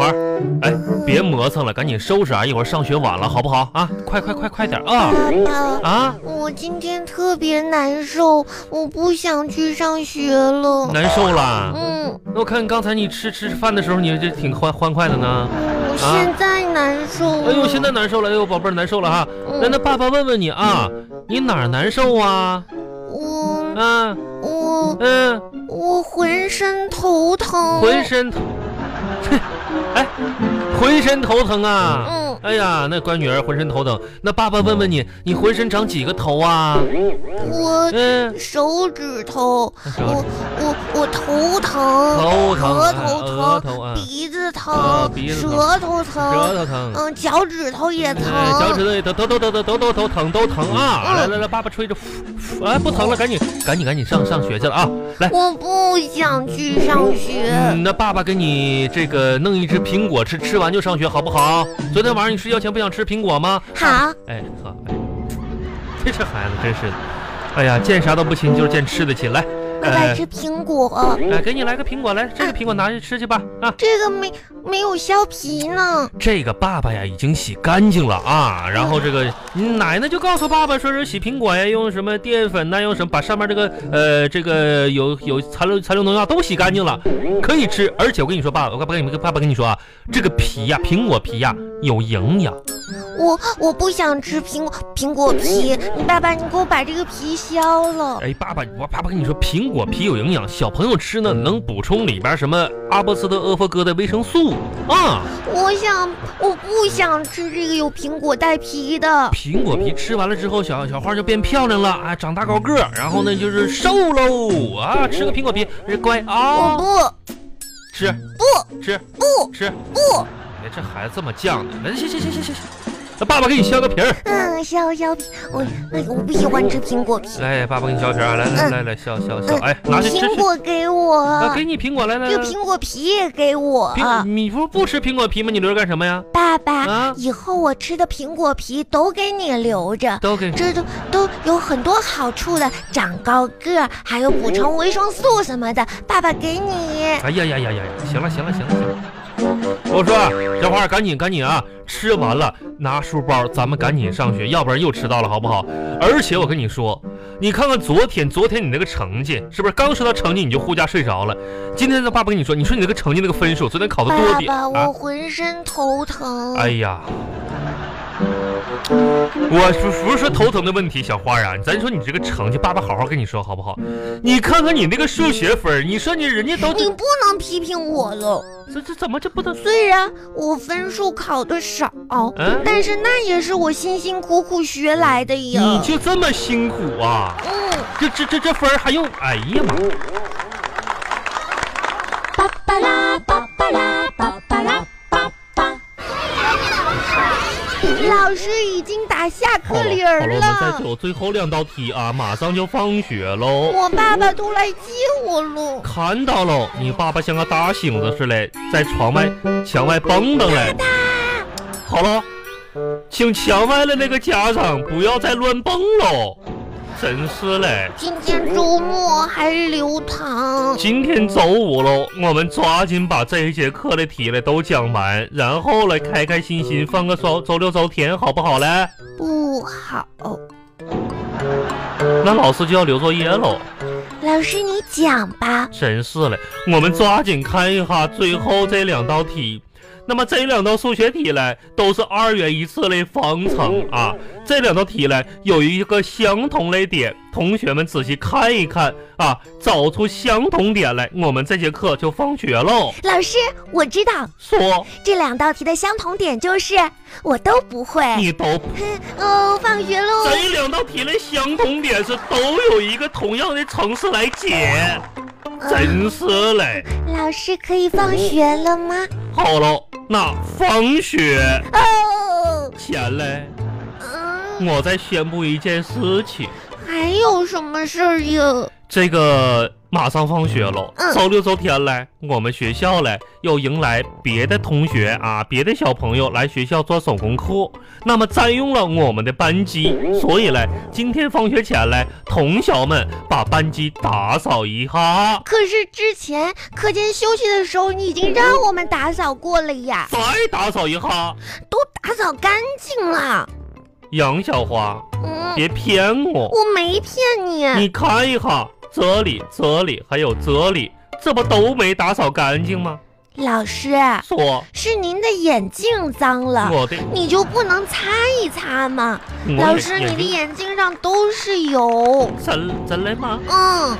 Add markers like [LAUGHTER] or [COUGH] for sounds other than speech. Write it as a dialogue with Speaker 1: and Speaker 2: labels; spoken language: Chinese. Speaker 1: 啊哎磨蹭了，赶紧收拾啊！一会儿上学晚了，好不好啊？快快快快点啊！
Speaker 2: 啊
Speaker 1: 啊，
Speaker 2: 我今天特别难受，我不想去上学了。
Speaker 1: 难受啦！
Speaker 2: 嗯，
Speaker 1: 那我看刚才你吃吃饭的时候，你这挺欢欢快的呢。
Speaker 2: 我
Speaker 1: 啊
Speaker 2: 现在难受了。
Speaker 1: 哎呦，现在难受了，哎呦，宝贝儿难受了哈。那那爸爸问问你啊，你哪儿难受啊？
Speaker 2: 我
Speaker 1: 啊，
Speaker 2: 我
Speaker 1: 嗯、
Speaker 2: 我浑身头疼。
Speaker 1: 浑。身疼， [LAUGHS] 哎，浑身头疼啊！
Speaker 2: 嗯，
Speaker 1: 哎呀，那乖女儿浑身头疼。那爸爸问问你，你浑身长几个头啊？
Speaker 2: 我
Speaker 1: 嗯、
Speaker 2: 手指头，
Speaker 1: 那时候
Speaker 2: 我我我头疼，
Speaker 1: 头疼，
Speaker 2: 额
Speaker 1: 哎
Speaker 2: 头
Speaker 1: 额
Speaker 2: 疼
Speaker 1: 头啊，
Speaker 2: 鼻子
Speaker 1: 呃
Speaker 2: 疼，
Speaker 1: 鼻子疼
Speaker 2: 舌头
Speaker 1: 舌
Speaker 2: 疼，
Speaker 1: 头疼。
Speaker 2: 嗯，脚趾头也疼。
Speaker 1: 哎，脚趾头也疼，都都都都都都都疼，都疼啊！
Speaker 2: 嗯
Speaker 1: 来来来，爸爸吹着，哎，不疼了，赶紧赶紧赶紧上上学去了啊！来，
Speaker 2: 我不想去上学。
Speaker 1: 嗯，那爸爸给你这个弄一只苹果吃，吃完就上学，好不好？昨天晚上你睡觉前不想吃苹果吗？
Speaker 2: 好，
Speaker 1: 哎，好，哎，这这孩子真是的，哎呀，见啥都不亲，就是见吃的亲。来，
Speaker 2: 爸爸
Speaker 1: 哎
Speaker 2: 吃苹果，
Speaker 1: 哎，给你来个苹果，来，这个苹果拿去吃去吧。啊，
Speaker 2: 这个没没有削皮呢。
Speaker 1: 这个爸爸呀已经洗干净了啊，然后这个奶奶就告诉爸爸说是洗苹果呀，用什么淀粉呐，用什么把上面这个呃这个有有残留残留农药都洗干净了，可以吃。而且我跟你说，爸爸，我跟你爸爸跟你说啊，这个皮呀，苹果皮呀有营养。
Speaker 2: 我我不想吃苹果苹果皮，你爸爸，你给我把这个皮削了。
Speaker 1: 哎，爸爸，我爸爸跟你说，苹果皮有营养，小朋友吃呢能补充里边什么阿波斯特厄弗戈的维生素啊。
Speaker 2: 我想，我不想吃这个有苹果带皮的。
Speaker 1: 苹果皮吃完了之后，小小花就变漂亮了啊，长大高个
Speaker 2: 嗯
Speaker 1: 儿，然后呢就是瘦喽啊，吃个苹果皮乖啊、
Speaker 2: 我不
Speaker 1: 吃
Speaker 2: 不
Speaker 1: 吃
Speaker 2: 不
Speaker 1: 吃，
Speaker 2: 不，
Speaker 1: 哎，这孩子这么犟的，来行行行行行行，那爸爸给你削个皮儿，
Speaker 2: 嗯，削削皮，我哎我不喜欢吃苹果皮。
Speaker 1: 来，爸爸给你削皮儿啊，来来来来削削削，哎，拿去吃
Speaker 2: 嗯苹
Speaker 1: 吃，
Speaker 2: 果给我，
Speaker 1: 啊，给你苹果来来
Speaker 2: 这
Speaker 1: 来
Speaker 2: 个，苹果皮也给我。啊
Speaker 1: 苹你不不吃苹果皮吗？你留着干什么呀？
Speaker 2: 爸爸，
Speaker 1: 啊
Speaker 2: 以后我吃的苹果皮都给你留着。
Speaker 1: 都给你。
Speaker 2: 这都都有很多好处的，长高个儿，还有补充维生素什么的，爸爸给你。
Speaker 1: 哎呀呀呀呀呀！行了行了行了行了，我说小花，赶紧赶紧啊！吃完了拿书包，咱们赶紧上学，要不然又迟到了，好不好？而且我跟你说，你看看昨天昨天你那个成绩，是不是刚说到成绩你就呼家睡着了？今天的爸爸跟你说，你说你那个成绩那个分数，昨天考的多
Speaker 2: 爸
Speaker 1: 点
Speaker 2: 爸，
Speaker 1: 啊
Speaker 2: 我！浑身头疼。
Speaker 1: 哎呀，我是不是说头疼的问题，小花啊，咱说你这个成绩，爸爸好好跟你说好不好？你看看你那个数学分儿，你说你人家都
Speaker 2: 你不能批评我了。
Speaker 1: 这这怎么这不能？
Speaker 2: 虽然我分数考得少，
Speaker 1: 嗯。
Speaker 2: 但是那也是我辛辛苦苦学来的呀。
Speaker 1: 你就这么辛苦啊？
Speaker 2: 嗯，
Speaker 1: 这这这这分儿还用？哎呀妈！
Speaker 2: 哦巴巴拉巴巴拉巴巴拉巴巴。老师已经打下课铃
Speaker 1: 好
Speaker 2: 儿
Speaker 1: 了，我们再
Speaker 2: 了。
Speaker 1: 走最后两道题啊，马上就放学喽。
Speaker 2: 我爸爸都来接我了。
Speaker 1: 看到喽，你爸爸像个大醒子似的，在窗外墙外蹦跶嘞。好了，请墙外的那个家长不要再乱蹦喽，真是嘞。
Speaker 2: 今天周末还留堂，
Speaker 1: 今天周五喽，我们抓紧把这一节课的题嘞都讲完，然后嘞开开心心放个周周六周天，好不好嘞？
Speaker 2: 不好。
Speaker 1: 那老师就要留作业喽，
Speaker 2: 老师，你讲吧。
Speaker 1: 真是嘞！我们抓紧看一下最后这两道题。那么这两道数学题嘞，都是二元一次的方程啊。这两道题嘞有一个相同的点，同学们仔细看一看啊，找出相同点来，我们这节课就放学喽。
Speaker 2: 老师，我知道
Speaker 1: 说
Speaker 2: 这两道题的相同点就是我都不会。
Speaker 1: 你都
Speaker 2: 哼，哦，放学喽。
Speaker 1: 这两道题的相同点是都有一个同样的程式来解，真是嘞。
Speaker 2: 老师可以放学了吗？
Speaker 1: 好喽，那放学
Speaker 2: 哦，
Speaker 1: 前嘞，
Speaker 2: 嗯，
Speaker 1: 我再宣布一件事情，
Speaker 2: 还有什么事儿呀？
Speaker 1: 这个马上放学喽
Speaker 2: 嗯，
Speaker 1: 周六周天嘞，我们学校嘞又迎来别的同学啊，别的小朋友来学校做手工课，那么占用了我们的班级，所以嘞，今天放学前嘞，同学们把班级打扫一下。
Speaker 2: 可是之前课间休息的时候，你已经让我们打扫过了呀，
Speaker 1: 再打扫一下，
Speaker 2: 都打扫干净了。
Speaker 1: 杨小花，
Speaker 2: 嗯，
Speaker 1: 别骗我，
Speaker 2: 我没骗你。
Speaker 1: 你看一下这里、这里还有这里，这不都没打扫干净吗？
Speaker 2: 老师，
Speaker 1: 说
Speaker 2: 是您的眼镜脏了，
Speaker 1: 我的，
Speaker 2: 你就不能擦一擦吗？
Speaker 1: 我
Speaker 2: 老师，你的
Speaker 1: 睛
Speaker 2: 眼镜上都是油。
Speaker 1: 真真的吗？
Speaker 2: 嗯，